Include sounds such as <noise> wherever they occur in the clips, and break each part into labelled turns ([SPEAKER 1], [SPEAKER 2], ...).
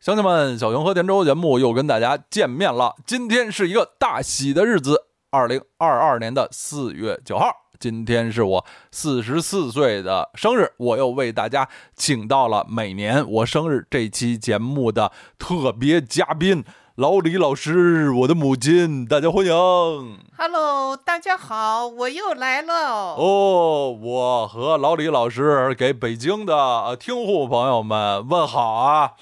[SPEAKER 1] 乡亲们，小熊和田周节目又跟大家见面了。今天是一个大喜的日子，二零二二年的四月九号，今天是我四十四岁的生日。我又为大家请到了每年我生日这期节目的特别嘉宾老李老师，我的母亲，大家欢迎。
[SPEAKER 2] Hello，大家好，我又来了。
[SPEAKER 1] 哦，我和老李老师给北京的呃听户朋友们问好啊！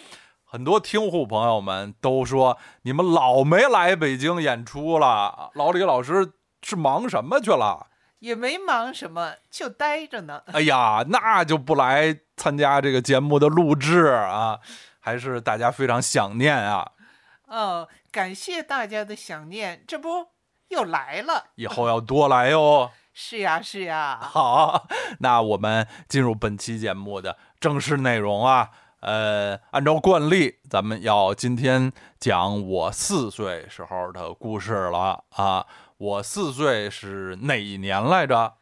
[SPEAKER 1] 很多听户朋友们都说你们老没来北京演出了，老李老师是忙什么去了？
[SPEAKER 2] 也没忙什么，就待着呢。
[SPEAKER 1] 哎呀，那就不来参加这个节目的录制啊，还是大家非常想念啊！
[SPEAKER 2] 哦，感谢大家的想念，这不又来了。
[SPEAKER 1] 以后要多来哟。
[SPEAKER 2] 是呀，是呀。
[SPEAKER 1] 好，那我们进入本期节目的正式内容啊。呃，按照惯例，咱们要今天讲我四岁时候的故事了啊。我四岁是哪一年来着？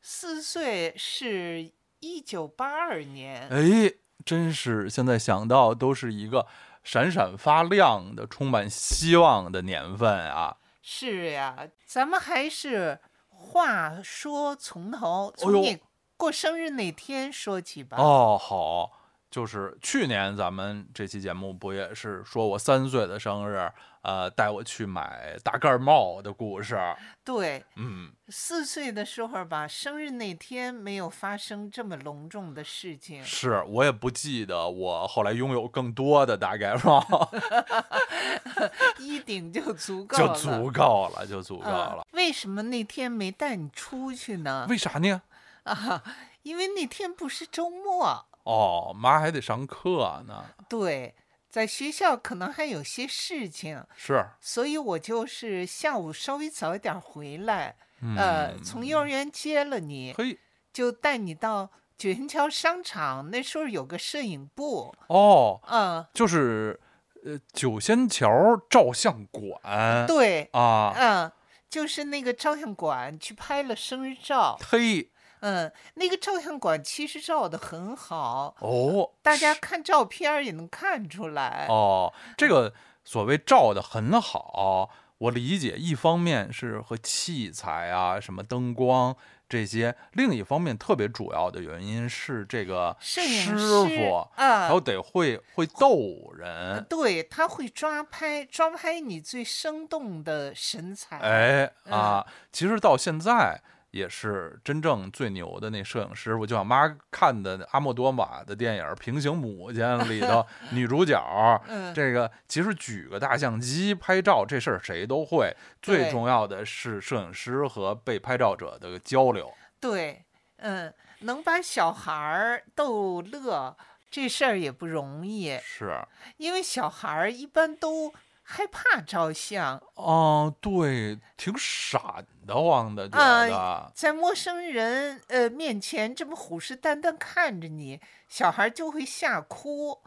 [SPEAKER 2] 四岁是一九八二年，
[SPEAKER 1] 哎，真是现在想到都是一个闪闪发亮的、充满希望的年份啊。
[SPEAKER 2] 是呀。咱们还是话说从头，
[SPEAKER 1] 哎呦
[SPEAKER 2] 从你过生日那天说起吧。
[SPEAKER 1] 哦，好，就是去年咱们这期节目不也是说我三岁的生日，呃，带我去买大盖帽的故
[SPEAKER 2] <laughs>
[SPEAKER 1] 事。
[SPEAKER 2] 对，
[SPEAKER 1] 嗯，
[SPEAKER 2] 四岁的时候吧，生日那天没有发生这么隆重的事情。
[SPEAKER 1] 是我也不记得我后来拥有更多的大盖帽，
[SPEAKER 2] 一顶就足
[SPEAKER 1] <laughs>
[SPEAKER 2] 够
[SPEAKER 1] 就
[SPEAKER 2] 了，
[SPEAKER 1] 足够了，就足够了
[SPEAKER 2] 啊。。为什么那天没带你出去呢？
[SPEAKER 1] 为啥呢？
[SPEAKER 2] 啊，因为那天不是周末，
[SPEAKER 1] 哦，妈还得上课呢。
[SPEAKER 2] 对，在学校可能还有些事情，
[SPEAKER 1] 是，
[SPEAKER 2] 所以我就是下午稍微早一点回来，
[SPEAKER 1] 嗯、
[SPEAKER 2] 呃，从幼儿园接了你，
[SPEAKER 1] 嘿，
[SPEAKER 2] 就带你到九元桥商场，那时候有个摄影部，
[SPEAKER 1] 哦，
[SPEAKER 2] 嗯、
[SPEAKER 1] 就是呃，九仙桥照相馆。
[SPEAKER 2] 对，
[SPEAKER 1] 啊，
[SPEAKER 2] 嗯、就是那个照相馆去拍了生日照，
[SPEAKER 1] 嘿，
[SPEAKER 2] 嗯，那个照相馆其实照的很好，
[SPEAKER 1] 哦，
[SPEAKER 2] 大家看照片儿也能看出来。
[SPEAKER 1] 哦，这个所谓照的很好，我理解，一方面是和器材啊、什么灯光这些，另一方面特别主要的原因是这个
[SPEAKER 2] 摄影
[SPEAKER 1] 傅，还
[SPEAKER 2] 啊，
[SPEAKER 1] 有得会会逗
[SPEAKER 2] 呃
[SPEAKER 1] 人，
[SPEAKER 2] 对他会抓拍，抓拍你最生动的神采。，
[SPEAKER 1] 哎
[SPEAKER 2] 嗯
[SPEAKER 1] 啊，其实到现在。也是真正最牛的那摄影师傅，就像妈看的阿莫多玛的电影《平行母亲》
[SPEAKER 2] <laughs>
[SPEAKER 1] 里头女主角，
[SPEAKER 2] 嗯，
[SPEAKER 1] 这个其实举个大相机拍照这事儿谁都会，最
[SPEAKER 2] 对
[SPEAKER 1] 重要的是摄影师和被拍照者的交流。
[SPEAKER 2] 对，嗯，能把小孩儿逗乐这事儿也不容易，
[SPEAKER 1] 是，
[SPEAKER 2] 因为小孩儿一般都害怕照相，
[SPEAKER 1] 哦，对，挺闪得慌的，觉
[SPEAKER 2] 啊
[SPEAKER 1] 得，
[SPEAKER 2] 在陌生人呃面前这么虎视眈眈看着你，小孩就会吓哭。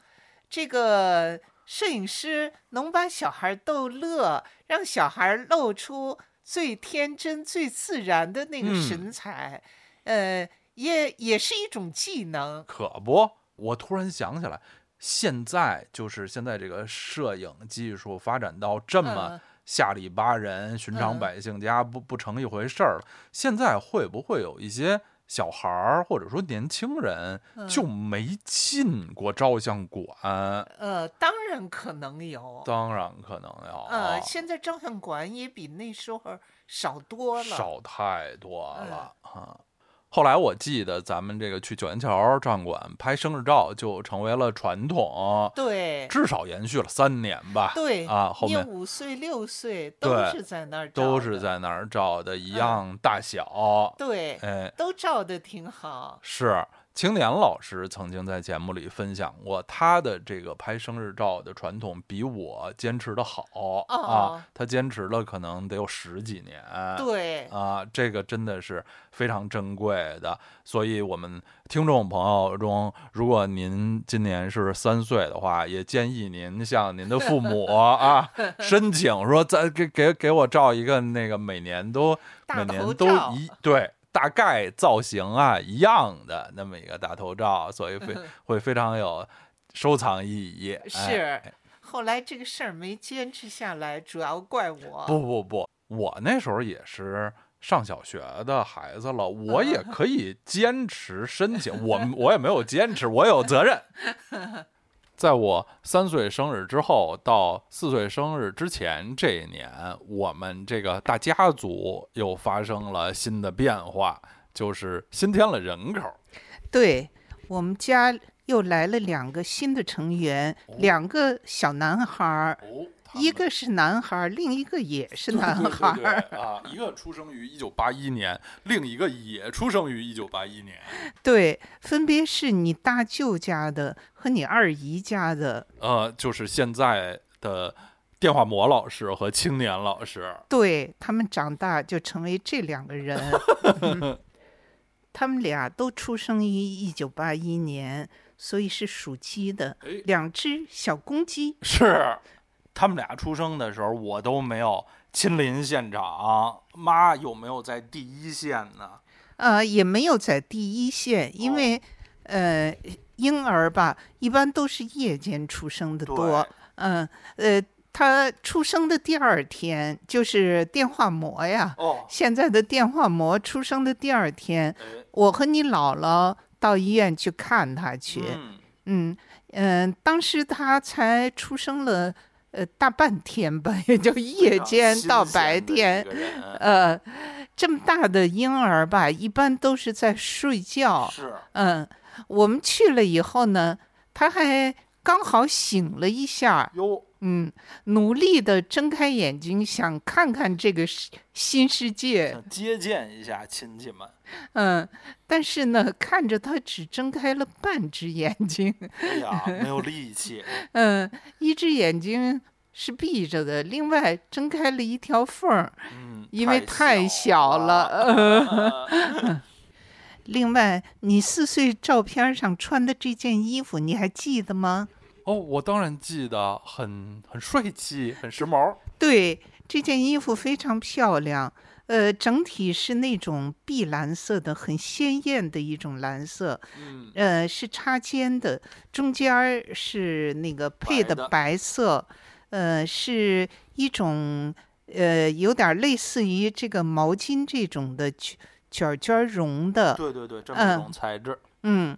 [SPEAKER 2] 这个摄影师能把小孩逗乐，让小孩露出最天真、最自然的那个
[SPEAKER 1] 嗯
[SPEAKER 2] 神采，呃，也也是一种技能。
[SPEAKER 1] 可不，我突然想起来，现在就是现在这个摄影技术发展到这么、
[SPEAKER 2] 嗯
[SPEAKER 1] 下里巴人、寻常
[SPEAKER 2] 嗯
[SPEAKER 1] 百姓家不不成一回事儿了。现在会不会有一些小孩儿或者说年轻人
[SPEAKER 2] 嗯
[SPEAKER 1] 就没进过照相馆？
[SPEAKER 2] 呃，当然可能有。
[SPEAKER 1] 当然可能
[SPEAKER 2] 呃，
[SPEAKER 1] 有，
[SPEAKER 2] 现在照相馆也比那时候少多了。嗯
[SPEAKER 1] 少太多了啊。后来我记得咱们这个去九元桥照相馆拍生日照就成为了传统，
[SPEAKER 2] 对
[SPEAKER 1] 至少延续了三年吧。
[SPEAKER 2] 对
[SPEAKER 1] 啊，后
[SPEAKER 2] 你
[SPEAKER 1] 面
[SPEAKER 2] 五岁六岁都
[SPEAKER 1] 对
[SPEAKER 2] 是在那儿照的，
[SPEAKER 1] 都是在那儿照的，一样大小。
[SPEAKER 2] 对，
[SPEAKER 1] 哎，
[SPEAKER 2] 都照的挺好。
[SPEAKER 1] 是青年老师曾经在节目里分享过，他的这个拍生日照的传统比我坚持的好、
[SPEAKER 2] 哦
[SPEAKER 1] 啊，他坚持了可能得有十几年。
[SPEAKER 2] 对，
[SPEAKER 1] 啊，这个真的是非常珍贵的，所以我们听众朋友中，如果您今年是三岁的话，也建议您向您的父
[SPEAKER 2] <laughs>
[SPEAKER 1] 母啊申请说，再给给给我照一个那个每年都
[SPEAKER 2] 大
[SPEAKER 1] 每年
[SPEAKER 2] 头
[SPEAKER 1] 都
[SPEAKER 2] 照
[SPEAKER 1] 一对大
[SPEAKER 2] <laughs>
[SPEAKER 1] 概造型啊一样的那么一个大头照，所以非会非常有。收藏意义。哎
[SPEAKER 2] 是，后来这个事儿没坚持下来，主要怪我。
[SPEAKER 1] 不不不，我那时候也是上小学的孩子了，我也
[SPEAKER 2] 嗯
[SPEAKER 1] 可以坚持申请。我我也没有坚持，我有责
[SPEAKER 2] <laughs>
[SPEAKER 1] 任。在我三岁生日之后到四岁生日之前这一年，我们这个大家族又发生了新的变化，就是新添了人口。
[SPEAKER 2] 对我们家又来了两个新的成员，两个小男孩儿，
[SPEAKER 1] 哦，
[SPEAKER 2] 一个是男孩儿，另一个也是男
[SPEAKER 1] 对
[SPEAKER 2] 孩
[SPEAKER 1] 对对
[SPEAKER 2] 儿。
[SPEAKER 1] 啊，一个出生于一九八一年，另一个也出生于一九八一年。
[SPEAKER 2] 对，分别是你大舅家的和你二姨家的。
[SPEAKER 1] 呃，就是现在的电话魔老师和青年老师。
[SPEAKER 2] 对他们长大就成为这两个人，嗯他们俩都出生于一九八一年，所以是属鸡的
[SPEAKER 1] 哎，
[SPEAKER 2] 两只小公鸡。
[SPEAKER 1] <laughs> 是，他们俩出生的时候，我都没有亲临现场，妈有没有在第一线呢？
[SPEAKER 2] 呃，也没有在第一线，因
[SPEAKER 1] 哦
[SPEAKER 2] 为、呃，婴儿吧，一般都是夜间出生的多
[SPEAKER 1] 对。
[SPEAKER 2] 嗯呃，他出生的第二天就是电话膜呀，
[SPEAKER 1] 哦，
[SPEAKER 2] 现在的电话膜出生的第二天，
[SPEAKER 1] 哎，
[SPEAKER 2] 我和你姥姥到医院去看他去。
[SPEAKER 1] 嗯，
[SPEAKER 2] 嗯嗯、当时他才出生了，呃，大半天吧，也就夜间到
[SPEAKER 1] <laughs>
[SPEAKER 2] 白天。
[SPEAKER 1] 天，
[SPEAKER 2] 呃，这么大的婴儿吧，一般都是在睡觉。
[SPEAKER 1] 是，
[SPEAKER 2] 嗯，我们去了以后呢，他还刚好醒了一下，
[SPEAKER 1] 哟，
[SPEAKER 2] 嗯，努力的睁开眼睛，想看看这个世新世界。
[SPEAKER 1] 想接见一下亲戚们。
[SPEAKER 2] 嗯，但是呢，看着他只睁开了半只眼睛，
[SPEAKER 1] 哎呀，没有力
[SPEAKER 2] <laughs>
[SPEAKER 1] 气。
[SPEAKER 2] 嗯，一只眼睛是闭着的，另外睁开了一条缝儿。
[SPEAKER 1] 嗯，
[SPEAKER 2] 因为太小
[SPEAKER 1] 小
[SPEAKER 2] 了呃 <laughs>
[SPEAKER 1] 了。
[SPEAKER 2] 另外，你四岁照片上穿的这件衣服，你还记得吗？
[SPEAKER 1] 哦，我当然记得，很很帅气，很时髦。
[SPEAKER 2] 对，这件衣服非常漂亮。呃，整体是那种碧蓝色的，很鲜艳的一种蓝色。
[SPEAKER 1] 嗯，
[SPEAKER 2] 呃，是插肩的，中间儿是那个配
[SPEAKER 1] 白
[SPEAKER 2] 的
[SPEAKER 1] 的
[SPEAKER 2] 白色，呃，是一种呃有点儿类似于这个毛巾这种的卷卷儿卷儿绒的，
[SPEAKER 1] 对对对，这么
[SPEAKER 2] 嗯
[SPEAKER 1] 一种材质。
[SPEAKER 2] 嗯。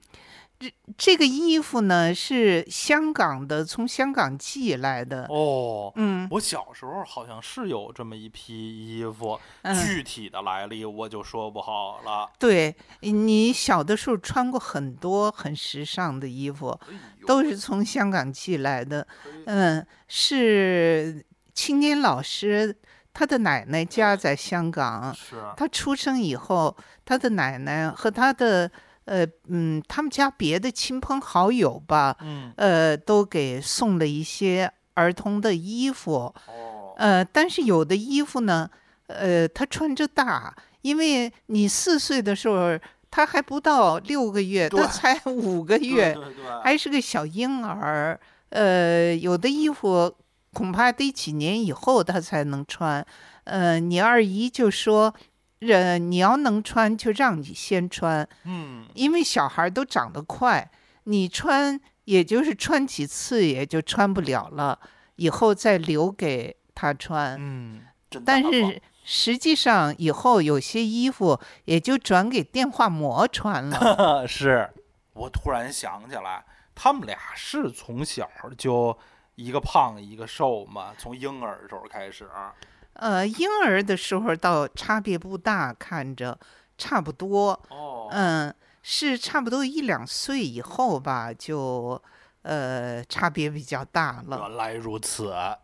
[SPEAKER 2] 这这个衣服呢是香港的，从香港寄来的。
[SPEAKER 1] 哦，
[SPEAKER 2] 嗯
[SPEAKER 1] 我小时候好像是有这么一批衣服，
[SPEAKER 2] 嗯，
[SPEAKER 1] 具体的来历我就说不好了。
[SPEAKER 2] 对你小的时候穿过很多很时尚的衣服，
[SPEAKER 1] 哎呦
[SPEAKER 2] 都是从香港寄来的。
[SPEAKER 1] 嘿
[SPEAKER 2] 嗯，是青年老师，他的奶奶家在香港。
[SPEAKER 1] 是
[SPEAKER 2] 他出生以后，他的奶奶和他的呃嗯，他们家别的亲朋好友吧，
[SPEAKER 1] 嗯
[SPEAKER 2] 呃，都给送了一些儿童的衣服。
[SPEAKER 1] 哦
[SPEAKER 2] 呃，但是有的衣服呢，呃，他穿着大，因为你四岁的时候，他还不到六个月，
[SPEAKER 1] 对
[SPEAKER 2] 他才五个
[SPEAKER 1] 对
[SPEAKER 2] 月。
[SPEAKER 1] 对对
[SPEAKER 2] 还是个小婴儿，呃，有的衣服恐怕得几年以后他才能穿。呃，你二姨就说，呃，你要能穿就让你先穿，
[SPEAKER 1] 嗯
[SPEAKER 2] 因为小孩都长得快，你穿也就是穿几次也就穿不了了，以后再留给他穿。
[SPEAKER 1] 嗯，真
[SPEAKER 2] 但
[SPEAKER 1] 大方
[SPEAKER 2] 是实际上以后有些衣服也就转给电话膜穿了。
[SPEAKER 1] 呃是我突然想起来，他们俩是从小就一个胖一个瘦嘛，从婴儿时候开始。啊
[SPEAKER 2] 呃，婴儿的时候倒差别不大，看着差不多，
[SPEAKER 1] 哦，
[SPEAKER 2] 嗯，是差不多一两岁以后吧，就呃差别比较大了。
[SPEAKER 1] 原来如此。啊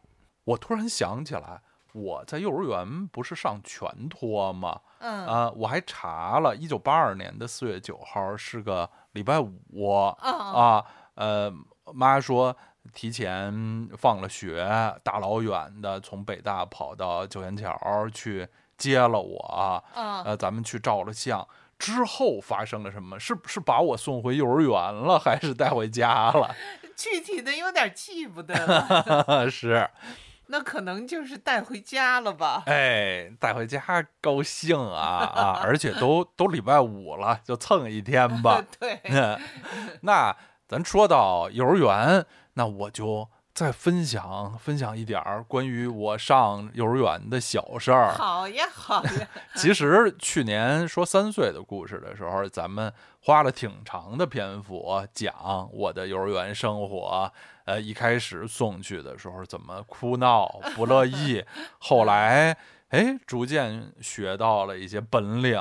[SPEAKER 1] 我突然想起来，我在幼儿园不是上全托吗？
[SPEAKER 2] 嗯
[SPEAKER 1] 啊，我还查了，一九八二年的四月九号是个礼拜五
[SPEAKER 2] 啊
[SPEAKER 1] 啊。呃，妈说提前放了学，大老远的从北大跑到九元桥去接了我。
[SPEAKER 2] 啊
[SPEAKER 1] 呃，咱们去照了相。之后发生了什么？是是把我送回幼儿园了，还是带回家了？ <laughs>
[SPEAKER 2] 具体的有点记不得 <laughs> 了，
[SPEAKER 1] 是，
[SPEAKER 2] 那可能就是带回家了 <laughs> 吧。
[SPEAKER 1] 哎，带回家高兴啊啊！而且都都礼拜五了，就蹭一天吧。
[SPEAKER 2] 对，
[SPEAKER 1] <laughs> 那咱说到幼儿园，那我就再分享分享一点儿关于我上幼儿园的小事儿。
[SPEAKER 2] <laughs> 好呀，好 <laughs> 呀，
[SPEAKER 1] 其实去年说三岁的故事的时候，咱们花了挺长的篇幅讲我的幼儿园生活。呃，一开始送去的时候怎么哭闹、不乐
[SPEAKER 2] <laughs>
[SPEAKER 1] 意，后来哎，逐渐学到了一些本领，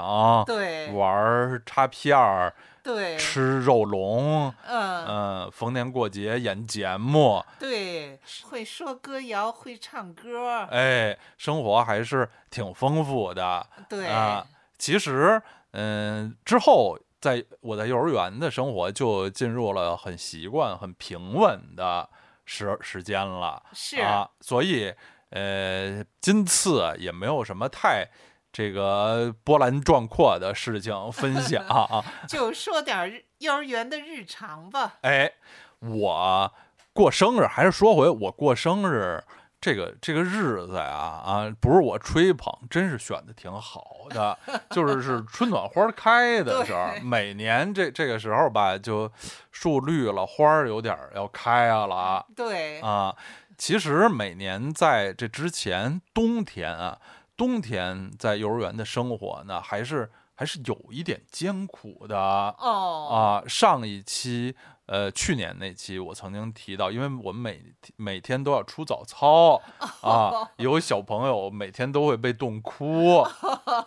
[SPEAKER 2] 对
[SPEAKER 1] 玩儿插片儿、
[SPEAKER 2] 对，
[SPEAKER 1] 吃肉龙，
[SPEAKER 2] 嗯、
[SPEAKER 1] 嗯、逢年过节演节目，
[SPEAKER 2] 对，会说歌谣，会唱歌，
[SPEAKER 1] 哎，生活还是挺丰富的。
[SPEAKER 2] 对，
[SPEAKER 1] 啊，其实，嗯、之后在我在幼儿园的生活就进入了很习惯、很平稳的时时间了
[SPEAKER 2] 是、
[SPEAKER 1] 啊，所以，呃，今次也没有什么太这个波澜壮阔的事情分
[SPEAKER 2] <laughs>
[SPEAKER 1] 享啊。
[SPEAKER 2] 就说点儿日幼儿园的日常吧。
[SPEAKER 1] 哎，我过生日，还是说回我过生日。这个这个日子呀、啊，不是我吹捧，真是选的挺好的，就是 <laughs> 是春暖花开的时候，
[SPEAKER 2] 对
[SPEAKER 1] 每年这这个时候吧，就树绿了，花儿有点儿要开了
[SPEAKER 2] 对，
[SPEAKER 1] 啊。其实每年在这之前，冬天啊，冬天在幼儿园的生活呢，还是还是有一点艰苦的。
[SPEAKER 2] 哦，
[SPEAKER 1] 啊，上一期呃去年那期我曾经提到，因为我们每每天都要出早操啊，有小朋友每天都会被冻哭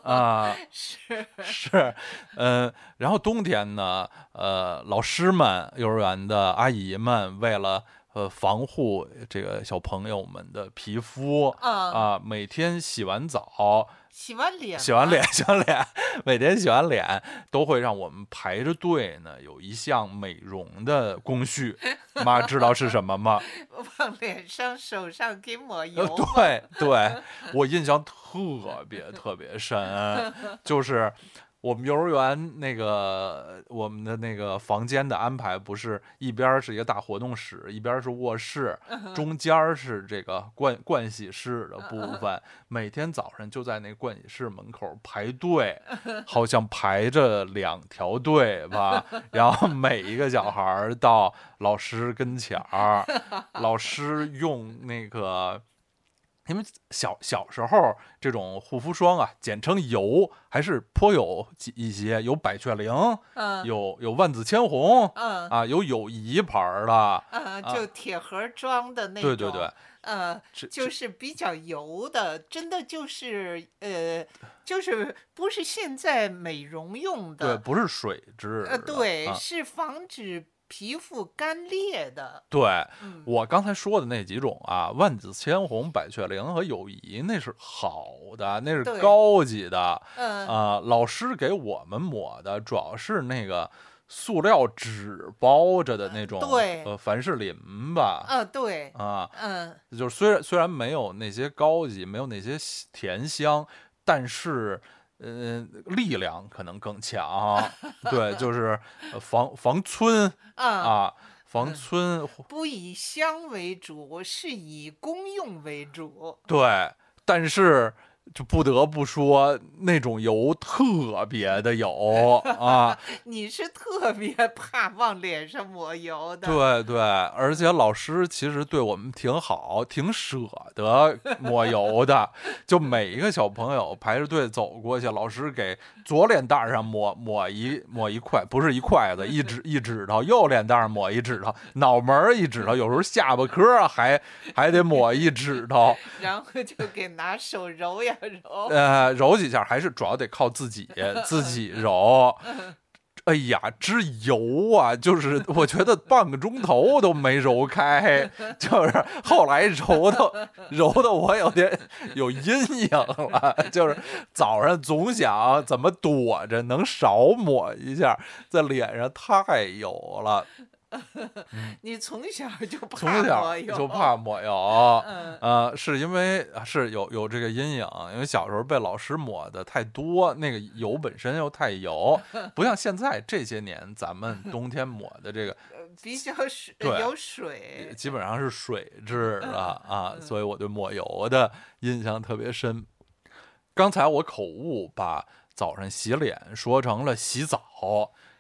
[SPEAKER 1] 啊，
[SPEAKER 2] 是，
[SPEAKER 1] 是，呃，然后冬天呢，呃，老师们、幼儿园的阿姨们为了呃防护这个小朋友们的皮肤
[SPEAKER 2] 嗯，
[SPEAKER 1] 啊，每天洗完澡
[SPEAKER 2] 洗完脸，
[SPEAKER 1] 洗完脸， <laughs> 洗完脸，每天洗完脸都会让我们排着队呢，有一项美容的工序。妈知道是什么吗？
[SPEAKER 2] <laughs> 往脸上、手上给 <laughs> 抹
[SPEAKER 1] 呃
[SPEAKER 2] 油，
[SPEAKER 1] 对对，我印象特别特别深，就是我们幼儿园那个我们的那个房间的安排，不是一边儿是一个大活动室，一边儿是卧室，中间儿是这个盥盥洗室的部分。每天早上就在那盥洗室门口排队，好像排着两条队吧，然后每一个小孩儿到老师跟前儿，老师用那个。因为小小时候这种护肤霜啊，简称油，还是颇有几一些，有百雀羚，
[SPEAKER 2] 嗯
[SPEAKER 1] 有有万紫千红
[SPEAKER 2] 嗯
[SPEAKER 1] 啊，有友谊牌儿的，
[SPEAKER 2] 嗯，就铁盒装的那
[SPEAKER 1] 啊对
[SPEAKER 2] 种，
[SPEAKER 1] 对对，
[SPEAKER 2] 呃，
[SPEAKER 1] 这这
[SPEAKER 2] 就是比较油的，真的就是呃，就是不是现在美容用
[SPEAKER 1] 对，
[SPEAKER 2] 的，
[SPEAKER 1] 不是水质的，
[SPEAKER 2] 呃，对，
[SPEAKER 1] 啊
[SPEAKER 2] 是防止皮肤干裂的，
[SPEAKER 1] 对，
[SPEAKER 2] 嗯，
[SPEAKER 1] 我刚才说的那几种啊，万紫千红、百雀羚和友谊，那是好的，那是
[SPEAKER 2] 对
[SPEAKER 1] 高级的啊、
[SPEAKER 2] 嗯
[SPEAKER 1] 老师给我们抹的主要是那个塑料纸包着的那种，
[SPEAKER 2] 对
[SPEAKER 1] 呃，凡士林吧，
[SPEAKER 2] 呃，对，
[SPEAKER 1] 啊，
[SPEAKER 2] 嗯，
[SPEAKER 1] 就是虽然虽然没有那些高级，没有那些西甜香，但是呃，力量可能更
[SPEAKER 2] <laughs>
[SPEAKER 1] 强。对，就是呃防防皴
[SPEAKER 2] 啊。
[SPEAKER 1] 啊，防皴。
[SPEAKER 2] 不以香为主，是以功用为主。
[SPEAKER 1] 对，但是就不得不说，那种油特别的油啊，
[SPEAKER 2] 你是特别 <laughs> 怕往脸上抹油的，
[SPEAKER 1] 对对，而且老师其实对我们挺好，挺舍得抹油的，就每一个小朋友排着队走过去，老师给左脸蛋儿上抹抹一抹一块，不是一筷子，一指一指头，右脸蛋儿抹一指头，脑门儿一指头，有时候下巴颏儿啊还还得抹一指头，
[SPEAKER 2] 然后就给拿手揉呀揉。
[SPEAKER 1] 呃，揉几下还是主要得靠自
[SPEAKER 2] <laughs>
[SPEAKER 1] 己自己揉。哎呀，之油啊，就是我觉得半个钟头都没揉开， <laughs> 就是后来揉的揉的我有点有阴影了，就是早上总想怎么躲着能少抹一下，在脸上太油了，
[SPEAKER 2] 你从小就
[SPEAKER 1] 从
[SPEAKER 2] 怕
[SPEAKER 1] 小
[SPEAKER 2] 抹油，
[SPEAKER 1] 就怕抹油。
[SPEAKER 2] 嗯
[SPEAKER 1] 呃，是因为是有有这个阴影，因为小时候被老师抹的太多，那个油本身又太油，不像现在这些年咱们冬天抹的这个
[SPEAKER 2] 呃比较水
[SPEAKER 1] 对
[SPEAKER 2] 有水。
[SPEAKER 1] 基本上是水质的啊，所以我对抹油的印象特别深。刚才我口误把早上洗脸说成了洗澡，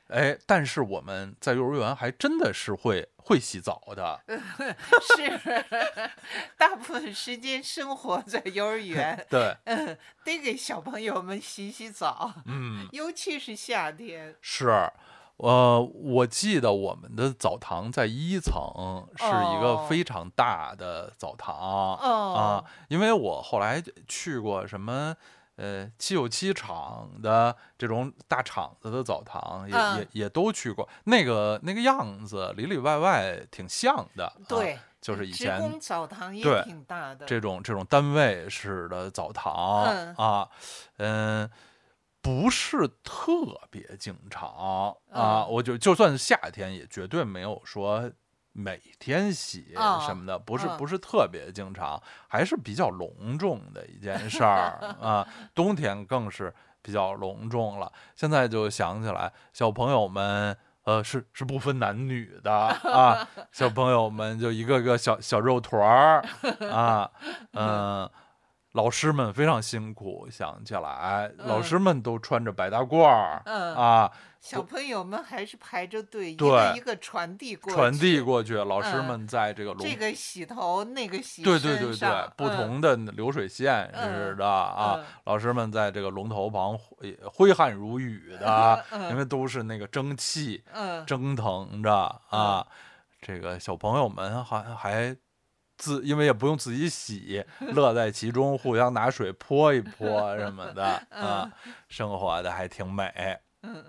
[SPEAKER 1] 哎，但是我们在幼儿园还真的是会会洗澡的，
[SPEAKER 2] 是 <laughs> 大部分时间生活在幼儿
[SPEAKER 1] <laughs>
[SPEAKER 2] 园，
[SPEAKER 1] 对，
[SPEAKER 2] 嗯，得给小朋友们洗洗澡，
[SPEAKER 1] 嗯，
[SPEAKER 2] 尤其是夏天。
[SPEAKER 1] 是。呃，我记得我们的澡堂在一层，是一个
[SPEAKER 2] 哦
[SPEAKER 1] 非常大的澡堂。啊
[SPEAKER 2] 哦，，
[SPEAKER 1] 因为我后来去过什么呃七九七厂的这种大厂子的澡堂，也、
[SPEAKER 2] 嗯
[SPEAKER 1] 也也都去过，那个那个样子里里外外挺像的，
[SPEAKER 2] 对
[SPEAKER 1] 啊，就是以
[SPEAKER 2] 职工
[SPEAKER 1] 前
[SPEAKER 2] 澡堂也
[SPEAKER 1] 对
[SPEAKER 2] 挺大的，
[SPEAKER 1] 这种这种单位式的澡堂、
[SPEAKER 2] 嗯
[SPEAKER 1] 啊，嗯、不是特别经常啊，
[SPEAKER 2] 嗯
[SPEAKER 1] 我就就算是夏天，也绝对没有说每天洗
[SPEAKER 2] 哦
[SPEAKER 1] 什么的，不是
[SPEAKER 2] 嗯
[SPEAKER 1] 不是特别经常，还是比较隆重的一件事儿
[SPEAKER 2] <laughs>
[SPEAKER 1] 啊。冬天更是比较隆重了。现在就想起来，小朋友们。呃，是是不分男女的
[SPEAKER 2] <laughs>
[SPEAKER 1] 啊，小朋友们就一个个小小肉团儿啊，嗯、老师们非常辛苦，想起来，老
[SPEAKER 2] 嗯
[SPEAKER 1] 师们都穿着白大褂儿、
[SPEAKER 2] 嗯
[SPEAKER 1] 啊，
[SPEAKER 2] 小朋友们还是排着队，一
[SPEAKER 1] 对
[SPEAKER 2] 个一个传递过去，
[SPEAKER 1] 传递过去。老师
[SPEAKER 2] 嗯
[SPEAKER 1] 们在这个龙，
[SPEAKER 2] 这个洗头，那个洗
[SPEAKER 1] 对对对
[SPEAKER 2] 身
[SPEAKER 1] 对
[SPEAKER 2] 上，
[SPEAKER 1] 不同的流水线似的啊，
[SPEAKER 2] 嗯
[SPEAKER 1] 老师们在这个龙头旁挥挥汗如雨的，啊
[SPEAKER 2] 嗯
[SPEAKER 1] 因为都是那个蒸汽
[SPEAKER 2] 嗯，嗯
[SPEAKER 1] 蒸腾着啊。这个小朋友们还还自，因为也不用自己洗，乐在其中，互相拿水泼一泼什么的
[SPEAKER 2] <laughs>
[SPEAKER 1] 啊，生活的还挺美。
[SPEAKER 2] 嗯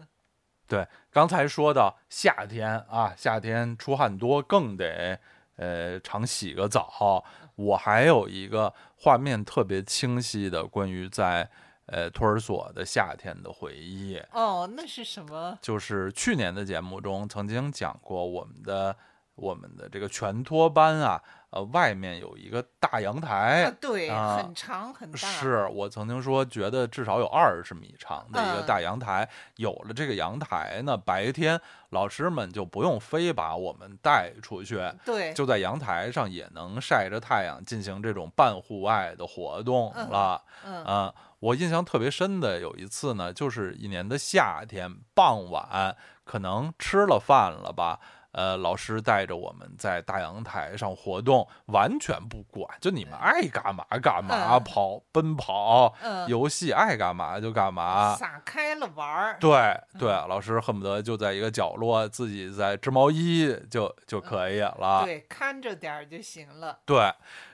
[SPEAKER 1] 对，刚才说到夏天啊，夏天出汗多，更得呃常洗个澡。我还有一个画面特别清晰的关于在呃托儿所的夏天的回忆，
[SPEAKER 2] 哦，那是什么？
[SPEAKER 1] 就是去年的节目中曾经讲过我们的我们的这个全托班啊，呃，外面有一个大阳
[SPEAKER 2] 啊
[SPEAKER 1] 台，，
[SPEAKER 2] 对，
[SPEAKER 1] 啊
[SPEAKER 2] 很长很大，
[SPEAKER 1] 是我曾经说，觉得至少有二十米长的一个
[SPEAKER 2] 嗯
[SPEAKER 1] 大阳台。有了这个阳台呢，白天老师们就不用非把我们带出去，
[SPEAKER 2] 对，
[SPEAKER 1] 就在阳台上也能晒着太阳，进行这种半户外的活动
[SPEAKER 2] 嗯
[SPEAKER 1] 了。
[SPEAKER 2] 嗯
[SPEAKER 1] 啊，我印象特别深的有一次呢，就是一年的夏天傍晚，可能吃了饭了吧。呃，老师带着我们在大阳台上活动，完全不管，就你们爱干嘛干嘛，
[SPEAKER 2] 嗯
[SPEAKER 1] 跑奔跑，
[SPEAKER 2] 嗯，
[SPEAKER 1] 游戏爱干嘛就干嘛。
[SPEAKER 2] 撒嗯开了玩儿，
[SPEAKER 1] 啊对对，老师恨不得就在一个角落自己在织毛衣就就可以了。
[SPEAKER 2] 对，看着点儿就行了。
[SPEAKER 1] 对，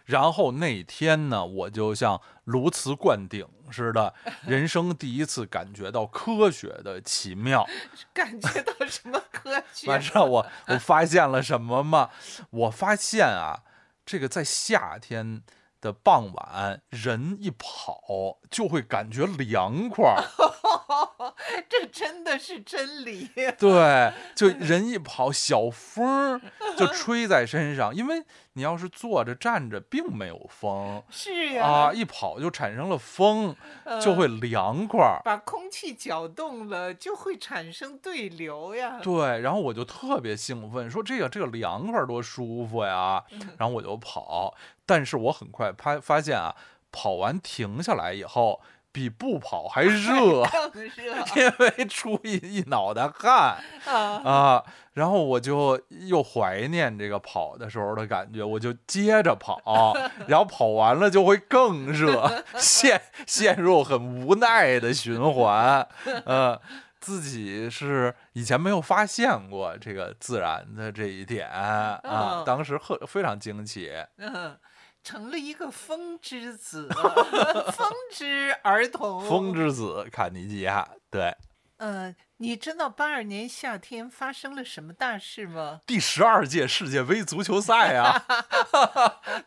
[SPEAKER 1] 然后那天呢，我就像鸬鹚灌顶似的，人生第一次感觉到科学的奇妙。
[SPEAKER 2] 感觉到什么
[SPEAKER 1] <laughs>
[SPEAKER 2] 科
[SPEAKER 1] 晚
[SPEAKER 2] 学？
[SPEAKER 1] 上我我发现了什么吗？我发现啊，这个在夏天的傍晚，人一跑就会感觉凉快儿。
[SPEAKER 2] 这真的是真理。
[SPEAKER 1] 对，就人一跑，小风儿就吹在身上，因为你要是坐着站着，并没有风。
[SPEAKER 2] 是呀
[SPEAKER 1] 啊，，一跑就产生了风，
[SPEAKER 2] 嗯
[SPEAKER 1] 就会凉快儿。
[SPEAKER 2] 把空气搅动了，就会产生对流呀。，
[SPEAKER 1] 对，然后我就特别兴奋，说这个这个凉快儿多舒服呀！然后我就跑，但是我很快发发现啊，跑完停下来以后，比不跑还热 <laughs>
[SPEAKER 2] 更热
[SPEAKER 1] 因为出一一脑袋汗
[SPEAKER 2] 啊！
[SPEAKER 1] <laughs> 啊。然后我就又怀念这个跑的时候的感觉，我就接着跑，然后跑完了就会更热，陷陷入很无奈的循环。呃，自己是以前没有发现过这个自然的这一点啊
[SPEAKER 2] 哦，
[SPEAKER 1] 当时很非常惊奇。
[SPEAKER 2] 嗯，成了一个风
[SPEAKER 1] <laughs>
[SPEAKER 2] 之子，风之儿童。
[SPEAKER 1] 风。之子卡尼基亚，对，
[SPEAKER 2] 嗯，你知道八二年夏天发生了什么大事吗？
[SPEAKER 1] 第十二届世界杯足球赛
[SPEAKER 2] <laughs>
[SPEAKER 1] 啊，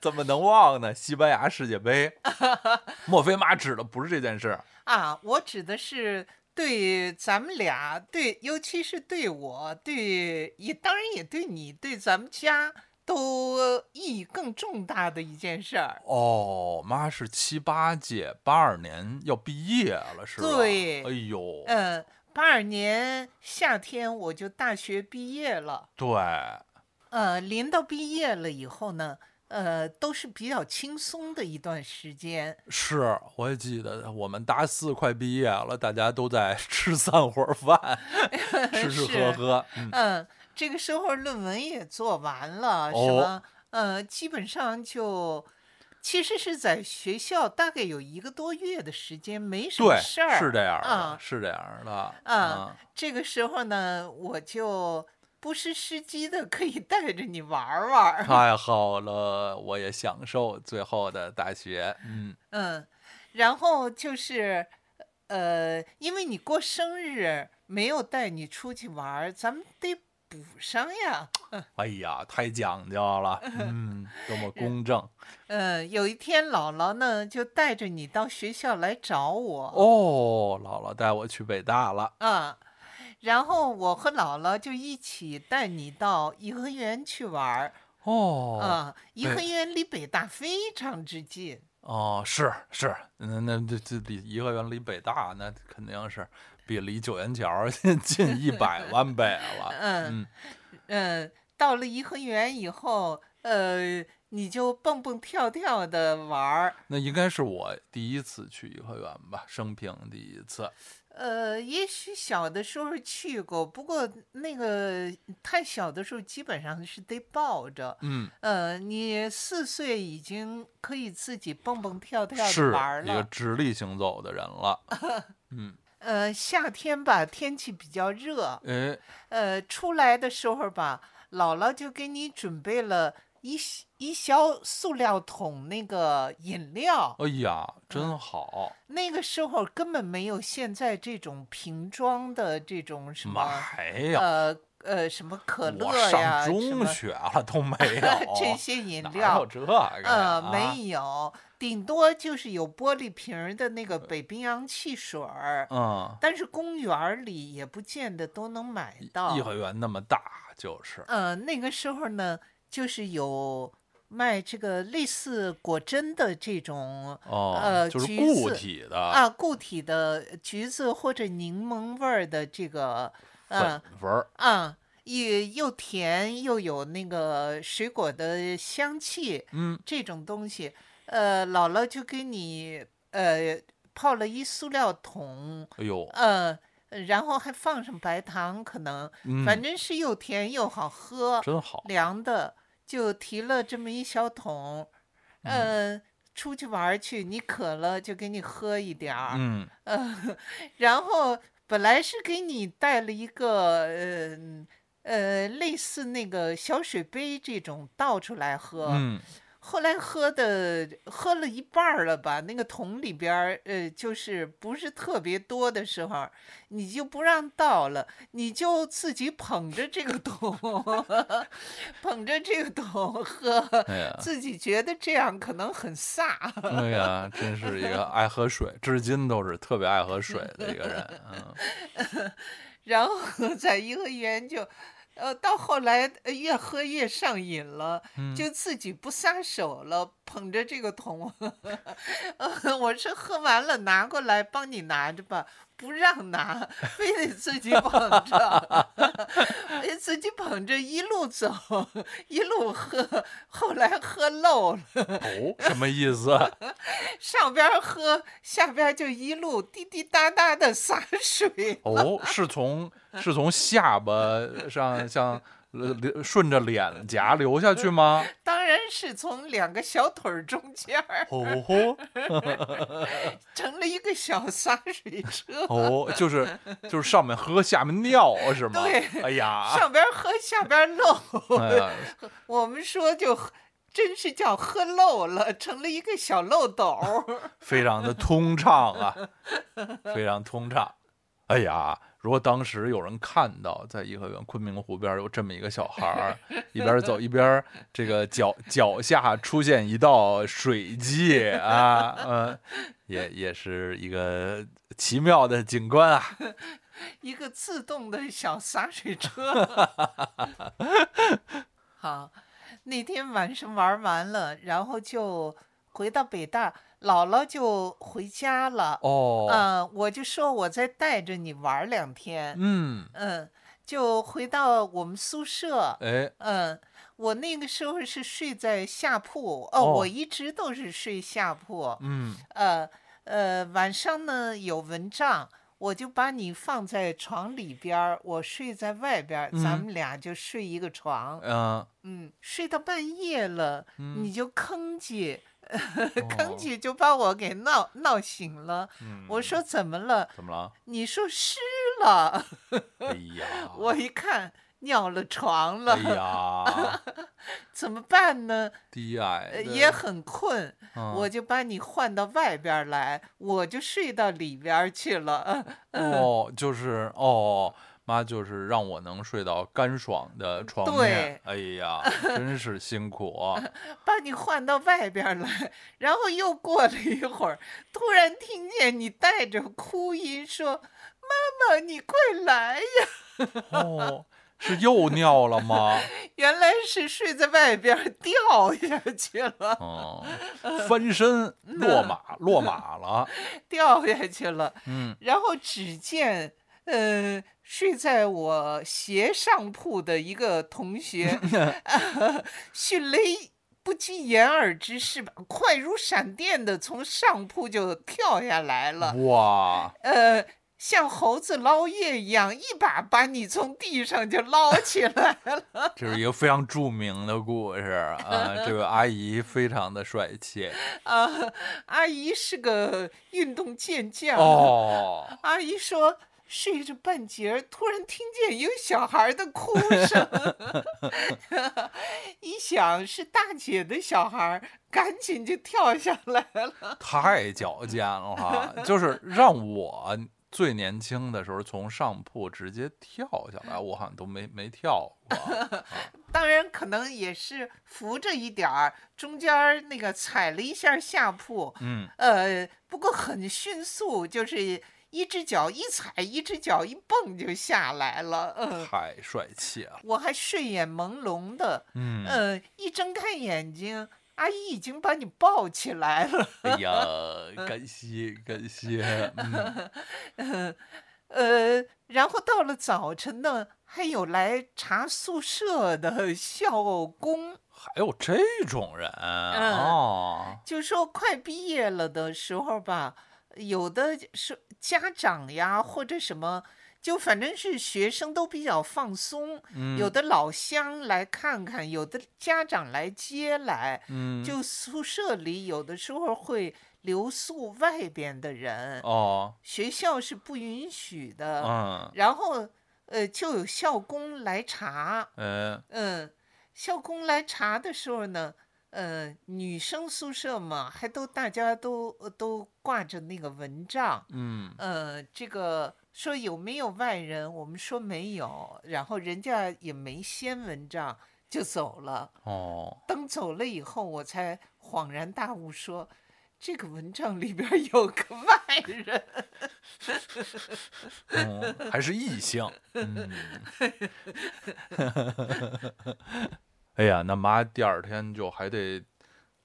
[SPEAKER 1] 怎么能忘呢？西班牙世界杯，
[SPEAKER 2] <laughs>
[SPEAKER 1] 莫非妈指的不是这件事？
[SPEAKER 2] 啊，我指的是。对咱们俩，对，尤其是对我，对也当然也对你，对咱们家都意义更重大的一件事儿。
[SPEAKER 1] 哦，妈是七八届，八二年要毕业了，是吧？
[SPEAKER 2] 对
[SPEAKER 1] 哎呦，
[SPEAKER 2] 嗯，八二年夏天我就大学毕业了。
[SPEAKER 1] 对，
[SPEAKER 2] 呃，临到毕业了以后呢，呃，都是比较轻松的一段时间。
[SPEAKER 1] 是，我也记得我们大四快毕业了，大家都在吃散伙
[SPEAKER 2] <laughs>
[SPEAKER 1] 饭，吃吃喝喝。嗯，
[SPEAKER 2] 嗯，这个时候论文也做完了，
[SPEAKER 1] 哦
[SPEAKER 2] 是吧？呃，基本上就其实是在学校大概有一个多月的时间没什么
[SPEAKER 1] 对，
[SPEAKER 2] 事儿。
[SPEAKER 1] 是这样的
[SPEAKER 2] 嗯，
[SPEAKER 1] 是这样的。
[SPEAKER 2] 嗯
[SPEAKER 1] 嗯，
[SPEAKER 2] 这个时候呢，我就不失时机的可以带着你玩儿玩儿。
[SPEAKER 1] 太好了，我也享受最后的大学。嗯，
[SPEAKER 2] 嗯，然后就是，呃，因为你过生日没有带你出去玩儿，咱们得补上呀。
[SPEAKER 1] 哎呀，太讲究了，嗯，多
[SPEAKER 2] <laughs>
[SPEAKER 1] 么公正
[SPEAKER 2] 嗯，有一天姥姥呢就带着你到学校来找我
[SPEAKER 1] 哦！姥姥带我去北大了，
[SPEAKER 2] 啊，然后我和姥姥就一起带你到颐和园去玩儿
[SPEAKER 1] 哦
[SPEAKER 2] 啊。颐和园离北大非常之近，
[SPEAKER 1] 哦，是是，那那这这离颐和园离北大那肯定是比离九元桥 <laughs> 近一
[SPEAKER 2] <laughs>
[SPEAKER 1] 百万倍了。
[SPEAKER 2] 嗯
[SPEAKER 1] 嗯，
[SPEAKER 2] 嗯，到了颐和园以后，呃，你就蹦蹦跳跳的玩儿。
[SPEAKER 1] 那应该是我第一次去颐和园吧，生平第一次。
[SPEAKER 2] 呃，也许小的时候去过，不过那个太小的时候基本上是得抱着。
[SPEAKER 1] 嗯，
[SPEAKER 2] 呃，你四岁已经可以自己蹦蹦跳跳
[SPEAKER 1] 是
[SPEAKER 2] 的玩儿
[SPEAKER 1] 一个
[SPEAKER 2] 了。
[SPEAKER 1] 直立行走的人
[SPEAKER 2] <laughs>
[SPEAKER 1] 了。嗯，
[SPEAKER 2] 呃，夏天吧，天气比较热，
[SPEAKER 1] 哎，
[SPEAKER 2] 呃，出来的时候吧，姥姥就给你准备了一小一小塑料桶那个饮料。
[SPEAKER 1] 哎呀，真好！
[SPEAKER 2] 那个时候根本没有现在这种瓶装的这种什么。
[SPEAKER 1] 妈呀，
[SPEAKER 2] 呃呃什么可乐
[SPEAKER 1] 我
[SPEAKER 2] 呀，
[SPEAKER 1] 上
[SPEAKER 2] 什
[SPEAKER 1] 中
[SPEAKER 2] 么
[SPEAKER 1] 学了都没
[SPEAKER 2] <laughs> 这
[SPEAKER 1] 有，
[SPEAKER 2] 些饮
[SPEAKER 1] 哪有
[SPEAKER 2] 料，
[SPEAKER 1] 这个呀？啊
[SPEAKER 2] 呃，没有，顶多就是有玻璃瓶儿的那个
[SPEAKER 1] 呃
[SPEAKER 2] 北冰洋汽水儿，
[SPEAKER 1] 啊，
[SPEAKER 2] 但是公园儿里也不见得都能买到
[SPEAKER 1] 嗯，颐。和园那么大，就是
[SPEAKER 2] 呃，那个时候呢，就是有卖这个类似果珍的这种。
[SPEAKER 1] 哦，
[SPEAKER 2] 呃
[SPEAKER 1] 就是
[SPEAKER 2] 橘
[SPEAKER 1] 固
[SPEAKER 2] 子
[SPEAKER 1] 体的
[SPEAKER 2] 啊，固体的橘子或者柠檬味儿的这个，呃
[SPEAKER 1] 粉，粉儿，
[SPEAKER 2] 啊，也又甜又有那个水果的香气，
[SPEAKER 1] 嗯，
[SPEAKER 2] 这种东西，呃，姥姥就给你呃泡了一塑料桶，
[SPEAKER 1] 哎呦，
[SPEAKER 2] 呃，然后还放上白糖，可能
[SPEAKER 1] 嗯，
[SPEAKER 2] 反正是又甜又好喝，
[SPEAKER 1] 真好，
[SPEAKER 2] 凉的，就提了这么一小桶，
[SPEAKER 1] 嗯
[SPEAKER 2] 呃，出去玩儿去，你渴了就给你喝一点儿，
[SPEAKER 1] 嗯，
[SPEAKER 2] 呃，然后本来是给你带了一个呃呃类似那个小水杯这种倒出来喝，
[SPEAKER 1] 嗯，
[SPEAKER 2] 后来喝的喝了一半儿了吧，那个桶里边儿呃就是不是特别多的时候，你就不让倒了，你就自己捧着这个桶， <laughs> 捧着这个桶喝。
[SPEAKER 1] 哎呀，
[SPEAKER 2] 自己觉得这样可能很飒，
[SPEAKER 1] 哎呀，真是一个爱喝水，至今都是特别爱喝水的一个人，嗯，
[SPEAKER 2] 然后 <laughs> 在颐和园就，呃，到后来呃越喝越上瘾了，
[SPEAKER 1] 嗯
[SPEAKER 2] 就自己不撒手了，捧着这个桶， <laughs> 呃，我是喝完了拿过来帮你拿着吧，不让拿， <laughs> 非得自己捧着， <laughs> 哎自己捧着一路走，一路喝，后来喝漏了， <laughs>
[SPEAKER 1] 哦，什么意思？
[SPEAKER 2] 上边儿喝，下边儿就一路滴滴答答的洒水。 <laughs>
[SPEAKER 1] 哦，是从是从下巴上像呃流顺着脸颊流下去吗？
[SPEAKER 2] <laughs> 当然是从两个小腿儿中间儿
[SPEAKER 1] 哦吼，
[SPEAKER 2] 成了一个小洒
[SPEAKER 1] <laughs>
[SPEAKER 2] 水车，
[SPEAKER 1] 哦，就是就是上面喝，下面尿是吗？
[SPEAKER 2] 对
[SPEAKER 1] 哎呀，
[SPEAKER 2] 上边儿喝下边儿漏。
[SPEAKER 1] 哎呀，
[SPEAKER 2] 我们说就喝真是叫喝漏了，成了一个小漏斗儿。
[SPEAKER 1] 非常的通畅啊，非常通畅。哎呀，如果当时有人看到在颐和园昆明湖边有这么一个小孩儿，一边走一边这个脚脚下出现一道水迹啊，呃，也也是一个奇妙的景观啊。
[SPEAKER 2] 一个自动的小洒水车。 <laughs> 好，那天晚上玩完了，然后就回到北大，姥姥就回家了。
[SPEAKER 1] 哦，
[SPEAKER 2] 嗯，我就说我再带着你玩儿两天。
[SPEAKER 1] 嗯，
[SPEAKER 2] 嗯，就回到我们宿舍。
[SPEAKER 1] 哎，
[SPEAKER 2] 嗯，我那个时候是睡在下铺，哦，
[SPEAKER 1] 哦
[SPEAKER 2] 我一直都是睡下铺。
[SPEAKER 1] 嗯，
[SPEAKER 2] 呃呃，晚上呢有蚊帐，我就把你放在床里边儿，我睡在外边儿，咱
[SPEAKER 1] 嗯
[SPEAKER 2] 们俩就睡一个床。
[SPEAKER 1] 嗯，
[SPEAKER 2] 嗯，睡到半夜了，你就吭叽，吭
[SPEAKER 1] 哦，
[SPEAKER 2] 叽就把我给闹闹醒了。
[SPEAKER 1] 嗯
[SPEAKER 2] 我说怎么了？
[SPEAKER 1] 怎么了？
[SPEAKER 2] 你说湿了。，
[SPEAKER 1] <laughs> 哎呀
[SPEAKER 2] 我一看尿了床了，
[SPEAKER 1] 哎呀，
[SPEAKER 2] 怎么办呢？
[SPEAKER 1] 低矮的
[SPEAKER 2] 呃也很困，
[SPEAKER 1] 嗯
[SPEAKER 2] 我就把你换到外边儿来，我就睡到里边儿去了。嗯
[SPEAKER 1] 哦，就是哦，妈就是让我能睡到干爽的床面。哎呀，真是辛苦啊！
[SPEAKER 2] 把你换到外边儿来，然后又过了一会儿，突然听见你带着哭音说：“妈妈，你快来呀
[SPEAKER 1] 哦，是又尿了吗？！”
[SPEAKER 2] 原来是睡在外边儿掉下去了，
[SPEAKER 1] 嗯，翻身
[SPEAKER 2] 嗯
[SPEAKER 1] 落马，落马了。
[SPEAKER 2] 掉下去了。 <laughs>
[SPEAKER 1] 嗯，
[SPEAKER 2] 然后只见，呃，睡在我斜上铺的一个同学，迅雷不及掩耳之势吧，快如闪电的从上铺就跳下来了，
[SPEAKER 1] 哇，
[SPEAKER 2] 呃，像猴子捞月一样，一把把你从地上就捞起来了。 <laughs>
[SPEAKER 1] 这是一个非常著名的故事啊！
[SPEAKER 2] <laughs>
[SPEAKER 1] 这个阿姨非常的帅气
[SPEAKER 2] 啊、阿姨是个运动健将。
[SPEAKER 1] 哦。
[SPEAKER 2] <laughs> 阿姨说睡着半截儿，突然听见有小孩的哭声，一想是大姐的小孩儿，赶紧就跳下来 <laughs> 了。
[SPEAKER 1] 太矫健了， <laughs> 就是让我最年轻的时候从上铺直接跳下来，我好像都没没跳过。
[SPEAKER 2] 当然，可能也是扶着一点儿，中间儿那个踩了一下下铺，
[SPEAKER 1] 嗯，
[SPEAKER 2] 呃，不过很迅速，就是一只脚一踩，一只脚一蹦就下来了。嗯，
[SPEAKER 1] 太帅气了。
[SPEAKER 2] 我还睡眼朦胧的，
[SPEAKER 1] 嗯，
[SPEAKER 2] 嗯，一睁开眼睛，阿姨已经把你抱起来了。
[SPEAKER 1] 哎呀，感谢感谢。嗯
[SPEAKER 2] 呃，然后到了早晨呢，还有来查宿舍的校工，
[SPEAKER 1] 还有这种人哦，
[SPEAKER 2] 就说快毕业了的时候吧，有的是家长呀或者什么。就反正是学生都比较放松，
[SPEAKER 1] 嗯
[SPEAKER 2] 有的老乡来看看，有的家长来接来，
[SPEAKER 1] 嗯，
[SPEAKER 2] 就宿舍里有的时候会留宿外边的人，
[SPEAKER 1] 哦，
[SPEAKER 2] 学校是不允许的。
[SPEAKER 1] 嗯
[SPEAKER 2] 然后呃，就有校工来查，
[SPEAKER 1] 嗯
[SPEAKER 2] 嗯，校工来查的时候呢，呃，女生宿舍嘛，还都大家都呃都挂着那个蚊帐，
[SPEAKER 1] 嗯，
[SPEAKER 2] 呃，这个说有没有外人，我们说没有，然后人家也没掀蚊帐就走了。
[SPEAKER 1] 哦，
[SPEAKER 2] 等走了以后，我才恍然大悟说。这个蚊帐里边有个外人，
[SPEAKER 1] 嗯，还是异性。嗯， <laughs> 哎呀，那妈第二天就还得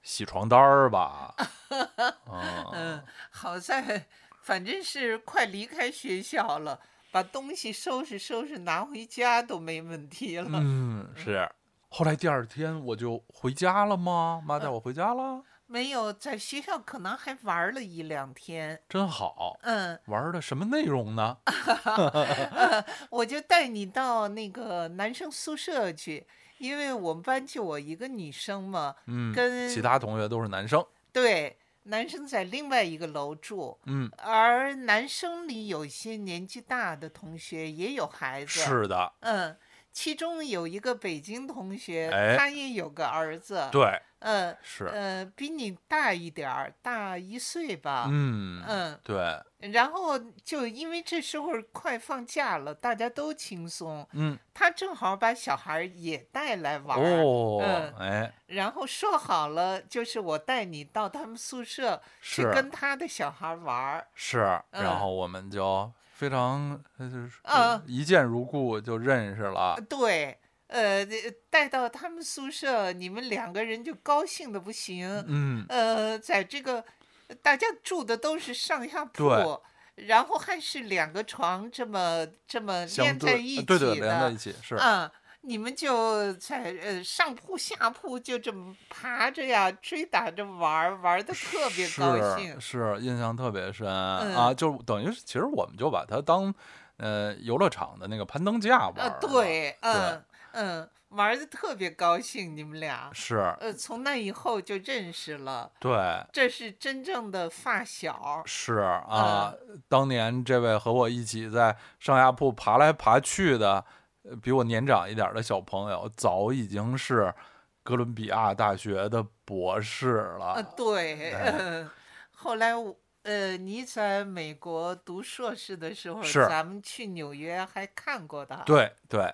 [SPEAKER 1] 洗床单儿吧？嗯，
[SPEAKER 2] <laughs> 嗯，好在反正是快离开学校了，把东西收拾收拾拿回家都没问题了。
[SPEAKER 1] 嗯，是。后来第二天我就回家了吗？妈带我回家了，
[SPEAKER 2] 没有在学校可能还玩了一两天，
[SPEAKER 1] 真好。
[SPEAKER 2] 嗯，
[SPEAKER 1] 玩的什么内容呢？
[SPEAKER 2] 我就带你到那个男生宿舍去，因为我们班就我一个女生嘛，
[SPEAKER 1] 嗯，
[SPEAKER 2] 啊跟
[SPEAKER 1] 其他同学都是男生。
[SPEAKER 2] 对，男生在另外一个楼住。
[SPEAKER 1] 嗯，
[SPEAKER 2] 而男生里有些年纪大的同学也有孩子，
[SPEAKER 1] 是的，
[SPEAKER 2] 嗯，其中有一个北京同学，
[SPEAKER 1] 哎
[SPEAKER 2] 他也有个儿子，
[SPEAKER 1] 对，
[SPEAKER 2] 嗯
[SPEAKER 1] 是，
[SPEAKER 2] 呃，比你大一点儿，大一岁吧，
[SPEAKER 1] 嗯
[SPEAKER 2] 嗯
[SPEAKER 1] 对，
[SPEAKER 2] 然后就因为这时候快放假了，大家都轻松，
[SPEAKER 1] 嗯，
[SPEAKER 2] 他正好把小孩儿也带来玩儿，
[SPEAKER 1] 哦
[SPEAKER 2] 嗯，
[SPEAKER 1] 哎，
[SPEAKER 2] 然后说好了，就是我带你到他们宿舍去
[SPEAKER 1] 是啊
[SPEAKER 2] 跟他的小孩儿玩儿，
[SPEAKER 1] 是，然
[SPEAKER 2] 嗯
[SPEAKER 1] 后我们就非常呃就是
[SPEAKER 2] 啊
[SPEAKER 1] 一见如故，就认识了
[SPEAKER 2] 呃。对。呃，带到他们宿舍，你们两个人就高兴的不行。
[SPEAKER 1] 嗯，
[SPEAKER 2] 呃，在这个呃大家住的都是上下铺
[SPEAKER 1] 对，
[SPEAKER 2] 然后还是两个床这么这么
[SPEAKER 1] 相
[SPEAKER 2] 连在
[SPEAKER 1] 对
[SPEAKER 2] 一
[SPEAKER 1] 呃
[SPEAKER 2] 起
[SPEAKER 1] 对
[SPEAKER 2] 的，
[SPEAKER 1] 对连在一起是，
[SPEAKER 2] 啊，你们就在呃上铺下铺就这么爬着呀，追打着玩儿，玩的特别高兴
[SPEAKER 1] 是。
[SPEAKER 2] 嗯
[SPEAKER 1] 是印象特别深、啊，就等于是其实我们就把它当呃游乐场的那个攀登架玩儿
[SPEAKER 2] 啊
[SPEAKER 1] 了、，
[SPEAKER 2] 对，嗯嗯，玩的特别高兴，你们俩。
[SPEAKER 1] 是，
[SPEAKER 2] 呃，从那以后就认识了，
[SPEAKER 1] 对，
[SPEAKER 2] 这是真正的发小。
[SPEAKER 1] 是啊，当年这位和我一起在上下铺爬来爬去的，呃比我年长一点的小朋友，早已经是哥伦比亚大学的博士了。
[SPEAKER 2] 啊，对，
[SPEAKER 1] 哎
[SPEAKER 2] 呃 <laughs> 后来我呃，你在美国读硕士的时候，
[SPEAKER 1] 是
[SPEAKER 2] 咱们去纽约还看过他。
[SPEAKER 1] 对对，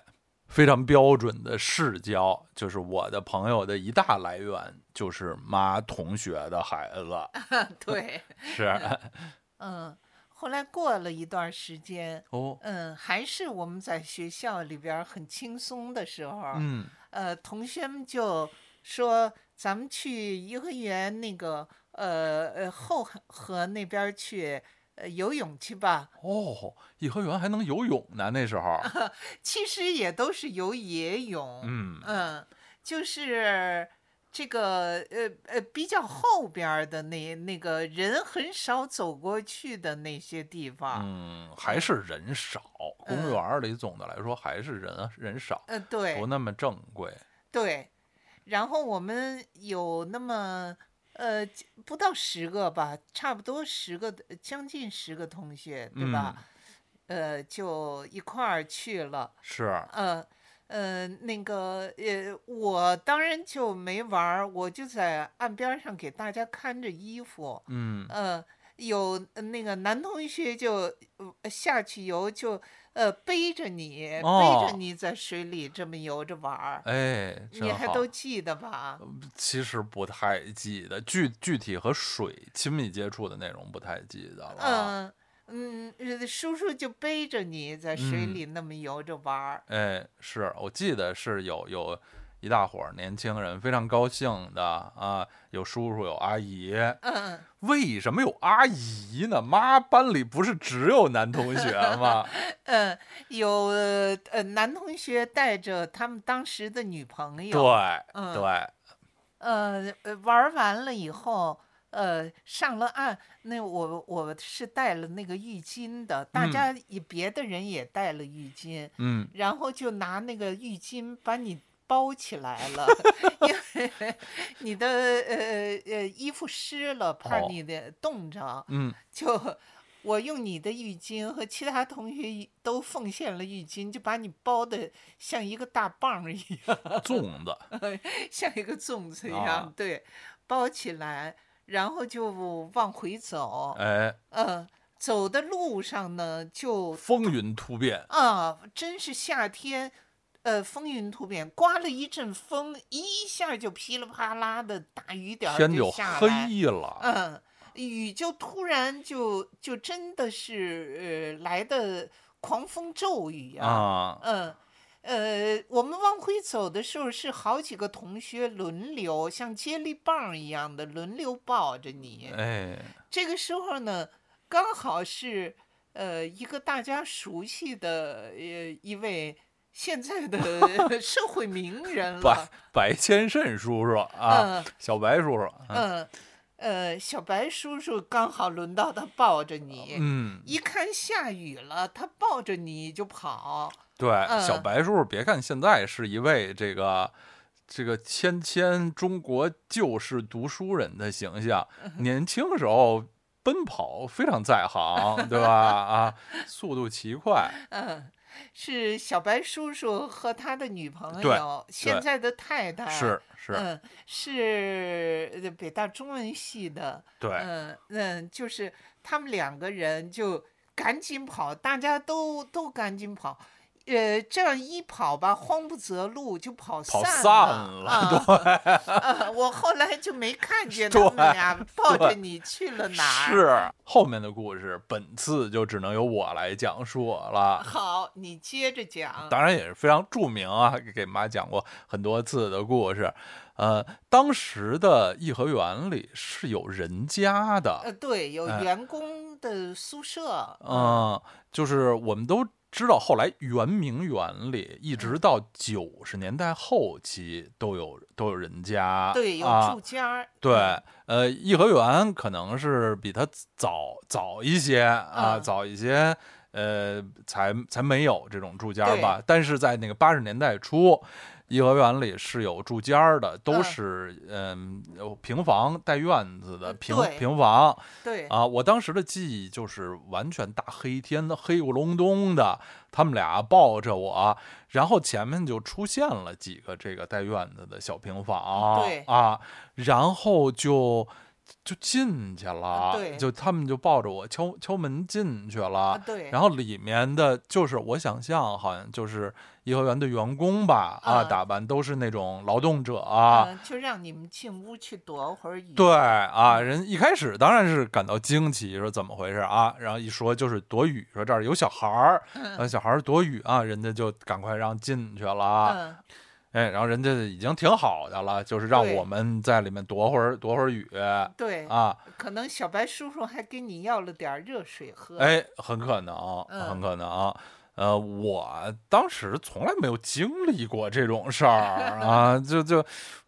[SPEAKER 1] 非常标准的世交，就是我的朋友的一大来源就是妈同学的孩子，
[SPEAKER 2] <laughs>
[SPEAKER 1] <laughs>
[SPEAKER 2] 对，
[SPEAKER 1] 是
[SPEAKER 2] 嗯，后来过了一段时间，
[SPEAKER 1] 哦，
[SPEAKER 2] 嗯，还是我们在学校里边儿很轻松的时候，
[SPEAKER 1] 嗯
[SPEAKER 2] 呃，同学们就说咱们去颐和园那个呃呃后河那边儿去呃游泳去吧，
[SPEAKER 1] 哦，颐和园还能游泳呢，那时候，
[SPEAKER 2] 其实也都是游野泳，
[SPEAKER 1] 嗯
[SPEAKER 2] 嗯，就是这个呃呃比较后边儿的那那个人很少走过去的那些地方，
[SPEAKER 1] 嗯，还是人少，公
[SPEAKER 2] 啊嗯
[SPEAKER 1] 园儿里总的来说还是人人少，
[SPEAKER 2] 呃，对
[SPEAKER 1] 不那么正规。
[SPEAKER 2] 对，然后我们有那么呃几不到十个吧，差不多十个的将近十个同学，对吧？呃，就一块儿去了，
[SPEAKER 1] 是，
[SPEAKER 2] 呃。呃，那个，呃，我当然就没玩儿，我就在岸边儿上给大家看着衣服，
[SPEAKER 1] 嗯，
[SPEAKER 2] 呃，有呃那个男同学就呃下去游，就呃背着你，背
[SPEAKER 1] 哦
[SPEAKER 2] 着你在水里这么游着玩儿，
[SPEAKER 1] 哎，
[SPEAKER 2] 你
[SPEAKER 1] 真
[SPEAKER 2] 还
[SPEAKER 1] 好嗯
[SPEAKER 2] 都记得吧？
[SPEAKER 1] 其实不太记得具具体和水亲密接触的内容不太记得了。
[SPEAKER 2] 嗯嗯，呃叔叔就背着你在水
[SPEAKER 1] 嗯
[SPEAKER 2] 里那么游着玩儿，
[SPEAKER 1] 哎，是我记得是有有一大伙儿年轻人非常高兴的啊，有叔叔有阿姨。
[SPEAKER 2] 嗯，
[SPEAKER 1] 为什么有阿姨呢？妈，班里不是只有男同学吗？
[SPEAKER 2] <laughs> 呃，有呃男同学带着他们当时的女朋
[SPEAKER 1] 对
[SPEAKER 2] 友，嗯
[SPEAKER 1] 对，
[SPEAKER 2] 呃呃玩儿完了以后。呃，上了岸，那我我是带了那个浴巾的，大
[SPEAKER 1] 嗯
[SPEAKER 2] 家也别的人也带了浴巾，
[SPEAKER 1] 嗯，
[SPEAKER 2] 然后就拿那个浴巾把你包起来了，因为你的呃呃衣服湿了，怕
[SPEAKER 1] 哦
[SPEAKER 2] 你的冻着，
[SPEAKER 1] 嗯，
[SPEAKER 2] 就我用你的浴巾和其他同学都奉献了浴巾，就把你包的像一个大棒儿一样，
[SPEAKER 1] 粽子，
[SPEAKER 2] <laughs> 像一个粽子一样，
[SPEAKER 1] 啊
[SPEAKER 2] 对，包起来，然后就往回走，
[SPEAKER 1] 哎，
[SPEAKER 2] 呃，走的路上呢就
[SPEAKER 1] 风云突变，
[SPEAKER 2] 啊，真是夏天，呃，风云突变，刮了一阵风，一下就噼里啪啦的大雨点儿
[SPEAKER 1] 天就
[SPEAKER 2] 哦下来，
[SPEAKER 1] 黑了，
[SPEAKER 2] 嗯，雨就突然就就真的是呃来的狂风骤雨啊，
[SPEAKER 1] 啊，
[SPEAKER 2] 嗯。呃，我们往回走的时候是好几个同学轮流，像接力棒一样的轮流抱着你。
[SPEAKER 1] 哎，
[SPEAKER 2] 这个时候呢，刚好是呃一个大家熟悉的呃一位现在的社会名人
[SPEAKER 1] 白
[SPEAKER 2] 了，
[SPEAKER 1] 白千亘叔叔啊
[SPEAKER 2] 嗯，
[SPEAKER 1] 小白叔叔，
[SPEAKER 2] 嗯呃，小白叔叔刚好轮到他抱着你，
[SPEAKER 1] 嗯，
[SPEAKER 2] 一看下雨了，他抱着你就跑，
[SPEAKER 1] 对，
[SPEAKER 2] 嗯
[SPEAKER 1] 小白叔叔，别看现在是一位这个这个谦谦中国旧式读书人的形象，
[SPEAKER 2] 嗯
[SPEAKER 1] 年轻时候奔跑非常在行，对吧？啊，速度奇
[SPEAKER 2] <laughs>
[SPEAKER 1] 快，
[SPEAKER 2] 嗯。是小白叔叔和他的女朋
[SPEAKER 1] 对
[SPEAKER 2] 友，现
[SPEAKER 1] 对
[SPEAKER 2] 在的太太
[SPEAKER 1] 是是，
[SPEAKER 2] 哎嗯，是呃北大中文系的，
[SPEAKER 1] 对，
[SPEAKER 2] 嗯嗯，就是他们两个人就赶紧跑，大家都都赶紧跑，呃，这样一跑吧，慌不择路就跑
[SPEAKER 1] 跑
[SPEAKER 2] 散
[SPEAKER 1] 散了
[SPEAKER 2] 了对、啊我后来就没
[SPEAKER 1] <laughs>
[SPEAKER 2] 看见他们
[SPEAKER 1] 对
[SPEAKER 2] 俩抱着
[SPEAKER 1] 对
[SPEAKER 2] 你去了哪儿。
[SPEAKER 1] 是后面的故事，本次就只能由我来讲述了。
[SPEAKER 2] 好，你接着讲。
[SPEAKER 1] 当然也是非常著名啊，给妈讲过很多次的故事。呃，当时的颐和园里是有人家的，
[SPEAKER 2] 呃，对，有
[SPEAKER 1] 哎嗯
[SPEAKER 2] 员工的宿舍，
[SPEAKER 1] 嗯，就是我们都知道后来圆明园里一直到九十年代后期都有都有人家，
[SPEAKER 2] 对，有
[SPEAKER 1] 啊
[SPEAKER 2] 住家儿，
[SPEAKER 1] 对，呃，颐和园可能是比它早早一些啊，
[SPEAKER 2] 嗯
[SPEAKER 1] 早一些，呃，才才没有这种住家
[SPEAKER 2] 对
[SPEAKER 1] 吧。但是在那个八十年代初，颐和园里是有住家的，都
[SPEAKER 2] 嗯
[SPEAKER 1] 是嗯、有平房带院子的
[SPEAKER 2] 嗯
[SPEAKER 1] 平
[SPEAKER 2] 对
[SPEAKER 1] 平房
[SPEAKER 2] 对，
[SPEAKER 1] 啊。我当时的记忆就是完全大黑天的黑咕隆咚的，他们俩抱着我，然后前面就出现了几个这个带院子的小平房，
[SPEAKER 2] 对
[SPEAKER 1] 啊，然后就就进去了，
[SPEAKER 2] 对
[SPEAKER 1] 就他们就抱着我敲敲门进去了，
[SPEAKER 2] 啊对，
[SPEAKER 1] 然后里面的就是我想象好像就是颐和园的员工吧，啊，
[SPEAKER 2] 啊
[SPEAKER 1] 打扮都是那种劳动者
[SPEAKER 2] 嗯、
[SPEAKER 1] 啊。
[SPEAKER 2] 就让你们进屋去躲会儿雨，
[SPEAKER 1] 对啊，人一开始当然是感到惊奇，说怎么回事啊？然后一说就是躲雨，说这儿有小孩儿，
[SPEAKER 2] 嗯，
[SPEAKER 1] 呃，小孩儿躲雨啊，人家就赶快让进去了。
[SPEAKER 2] 嗯，
[SPEAKER 1] 哎，然后人家已经挺好的了，就是让
[SPEAKER 2] 对
[SPEAKER 1] 我们在里面躲会儿躲会儿雨
[SPEAKER 2] 对，
[SPEAKER 1] 啊。
[SPEAKER 2] 可能小白叔叔还给你要了点儿热水喝，
[SPEAKER 1] 哎，很可能，很
[SPEAKER 2] 嗯
[SPEAKER 1] 可能。呃，我当时从来没有经历过这种事
[SPEAKER 2] <laughs>
[SPEAKER 1] 儿啊，就就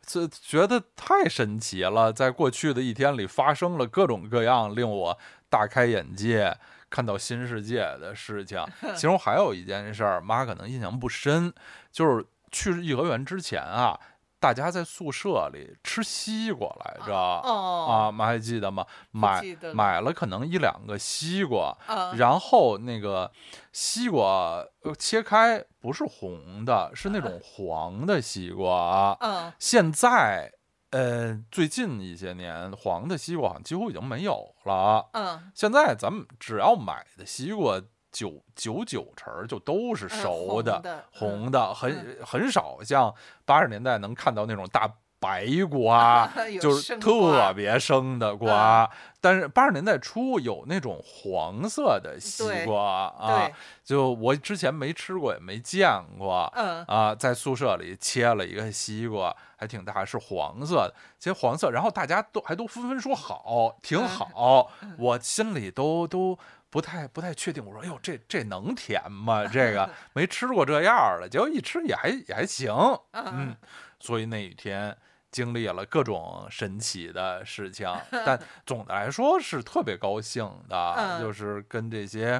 [SPEAKER 1] 就觉得太神奇了。在过去的一天里，发生了各种各样令我大开眼界、看到新世界的事
[SPEAKER 2] <laughs>
[SPEAKER 1] 情。其中还有一件事儿，妈可能印象不深，就是去颐和园之前啊，大家在宿舍里吃西瓜来着。
[SPEAKER 2] 哦，
[SPEAKER 1] 啊，妈还记得吗？买
[SPEAKER 2] 记得了
[SPEAKER 1] 买了可能一两个西瓜，
[SPEAKER 2] 啊，
[SPEAKER 1] 然后那个西瓜呃切开不是红的，是那种黄的西瓜。
[SPEAKER 2] 嗯，
[SPEAKER 1] <laughs> 现在呃，最近一些年黄的西瓜好像几乎已经没有了。
[SPEAKER 2] 嗯，
[SPEAKER 1] 现在咱们只要买的西瓜，九九九成儿就都是
[SPEAKER 2] 嗯
[SPEAKER 1] 熟的，
[SPEAKER 2] 红的嗯
[SPEAKER 1] 红的很很少像八十年代能看到那种大白
[SPEAKER 2] <laughs>
[SPEAKER 1] 瓜。
[SPEAKER 2] 有
[SPEAKER 1] 就是
[SPEAKER 2] 生瓜嗯
[SPEAKER 1] 特别生的瓜，但是八十年代初有那种黄色的西
[SPEAKER 2] 对
[SPEAKER 1] 瓜啊
[SPEAKER 2] 对，，
[SPEAKER 1] 就我之前没吃过也没见过
[SPEAKER 2] 嗯，
[SPEAKER 1] 啊，在宿舍里切了一个西瓜，还挺大，是黄色的，其实黄色，然后大家都还都纷纷说好，
[SPEAKER 2] 嗯
[SPEAKER 1] 挺好，我心里都都。不太不太确定，我说，哎呦，这这能甜吗？这
[SPEAKER 2] <laughs>
[SPEAKER 1] 个没吃过这样的，结果一吃也还也还行，嗯
[SPEAKER 2] 嗯，
[SPEAKER 1] <laughs> 所以那一天经历了各种神奇的事
[SPEAKER 2] <laughs>
[SPEAKER 1] 情，但总的来说是特别高兴的，
[SPEAKER 2] 嗯
[SPEAKER 1] 就是跟这些。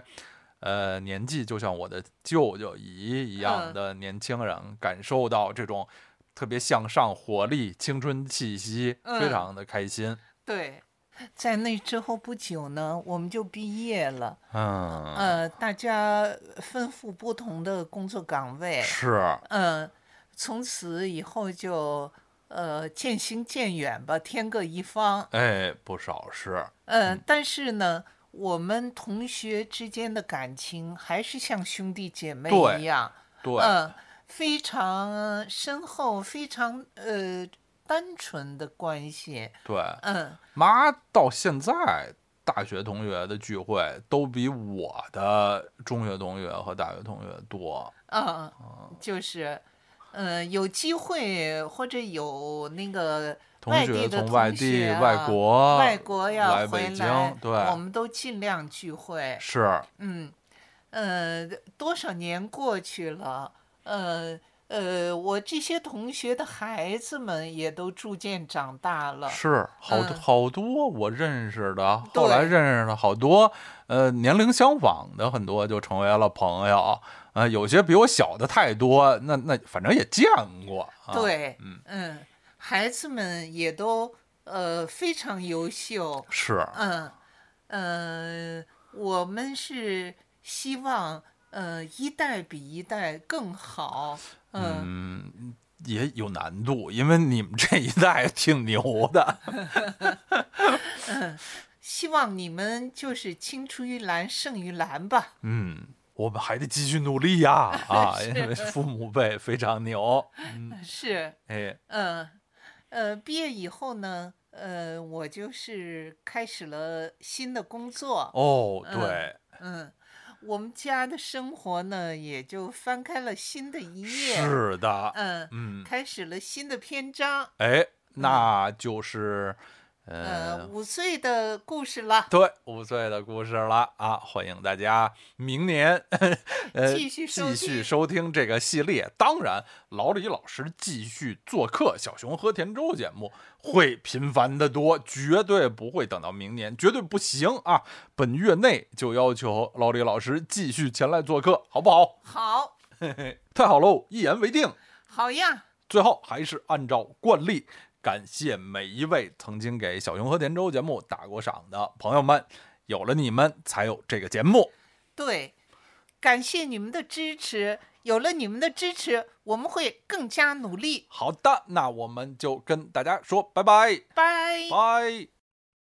[SPEAKER 1] 呃，年纪就像我的舅舅姨一样
[SPEAKER 2] 嗯
[SPEAKER 1] 的年轻人，感受到这种特别向上、活力、青春气息，非
[SPEAKER 2] 嗯
[SPEAKER 1] 常的开心。
[SPEAKER 2] 对，在那之后不久呢，我们就毕业了，
[SPEAKER 1] 嗯，
[SPEAKER 2] 呃，大家分赴不同的工作岗位，
[SPEAKER 1] 是，
[SPEAKER 2] 嗯，从此以后就呃渐行渐远吧，天各一方。
[SPEAKER 1] 哎，不少是，
[SPEAKER 2] 呃，
[SPEAKER 1] 嗯
[SPEAKER 2] 但是呢，我们同学之间的感情还是像兄弟姐妹
[SPEAKER 1] 对
[SPEAKER 2] 一样，
[SPEAKER 1] 对，
[SPEAKER 2] 嗯，非常深厚，非常呃单纯的关系，
[SPEAKER 1] 对，
[SPEAKER 2] 嗯，
[SPEAKER 1] 妈到现在大学同学的聚会都比我的中学同学和大学同学多。
[SPEAKER 2] 啊，
[SPEAKER 1] 哦
[SPEAKER 2] 就是，呃，有机会或者有那个
[SPEAKER 1] 同
[SPEAKER 2] 外
[SPEAKER 1] 学
[SPEAKER 2] 地的
[SPEAKER 1] 从
[SPEAKER 2] 同
[SPEAKER 1] 外地、
[SPEAKER 2] 学啊、
[SPEAKER 1] 外国、
[SPEAKER 2] 外国呀
[SPEAKER 1] 来
[SPEAKER 2] 回
[SPEAKER 1] 北京
[SPEAKER 2] 来，
[SPEAKER 1] 对
[SPEAKER 2] 我们都尽量聚会。
[SPEAKER 1] 是，
[SPEAKER 2] 嗯，呃，多少年过去了，呃呃，我这些同学的孩子们也都逐渐长大了。
[SPEAKER 1] 是好多、
[SPEAKER 2] 嗯
[SPEAKER 1] 好多我认识的，
[SPEAKER 2] 对
[SPEAKER 1] 后来认识的好多，呃，年龄相仿的很多就成为了朋友。呃，有些比我小的太多，那那反正也见过。啊、，
[SPEAKER 2] 对，
[SPEAKER 1] 嗯
[SPEAKER 2] 嗯，孩子们也都呃非常优秀。
[SPEAKER 1] 是，
[SPEAKER 2] 嗯，呃，我们是希望呃一代比一代更好，嗯，
[SPEAKER 1] 嗯，也有难度，因为你们这一代挺牛的。
[SPEAKER 2] 希望你们就是青出于蓝胜于蓝吧。
[SPEAKER 1] 嗯，我们还得继续努
[SPEAKER 2] <laughs>
[SPEAKER 1] 力呀！啊，
[SPEAKER 2] 是
[SPEAKER 1] 因为父母辈非常
[SPEAKER 2] <laughs>
[SPEAKER 1] 牛。
[SPEAKER 2] 是，
[SPEAKER 1] 哎，
[SPEAKER 2] 嗯，呃，毕业以后呢，呃，我就是开始了新的工作，
[SPEAKER 1] 哦，
[SPEAKER 2] 嗯
[SPEAKER 1] 对，
[SPEAKER 2] 嗯，我们家的生活呢也就翻开了新的一页，
[SPEAKER 1] 是的，
[SPEAKER 2] 嗯，
[SPEAKER 1] 嗯，
[SPEAKER 2] 开始了新的篇章，
[SPEAKER 1] 哎，那就是，
[SPEAKER 2] 嗯呃，五岁的故事了，
[SPEAKER 1] 对，五岁的故事了啊！欢迎大家明年 <laughs> 呃
[SPEAKER 2] 继续收
[SPEAKER 1] 继续
[SPEAKER 2] 听
[SPEAKER 1] 收听这个系列。当然，老李老师继续做客《小熊喝甜粥》节目会频繁的多，绝对不会等到明年，绝对不行啊！本月内就要求老李老师继续前来做客，好不好？
[SPEAKER 2] 好，
[SPEAKER 1] 太好喽，一言为定。
[SPEAKER 2] 好呀，
[SPEAKER 1] 最后还是按照惯例，感谢每一位曾经给《小熊和田周》节目打过赏的朋友们，有了你们，才有这个节目。
[SPEAKER 2] 对，感谢你们的支持，有了你们的支持，我们会更加努力，
[SPEAKER 1] 好的，那我们就跟大家说拜拜，
[SPEAKER 2] 拜。
[SPEAKER 1] 拜。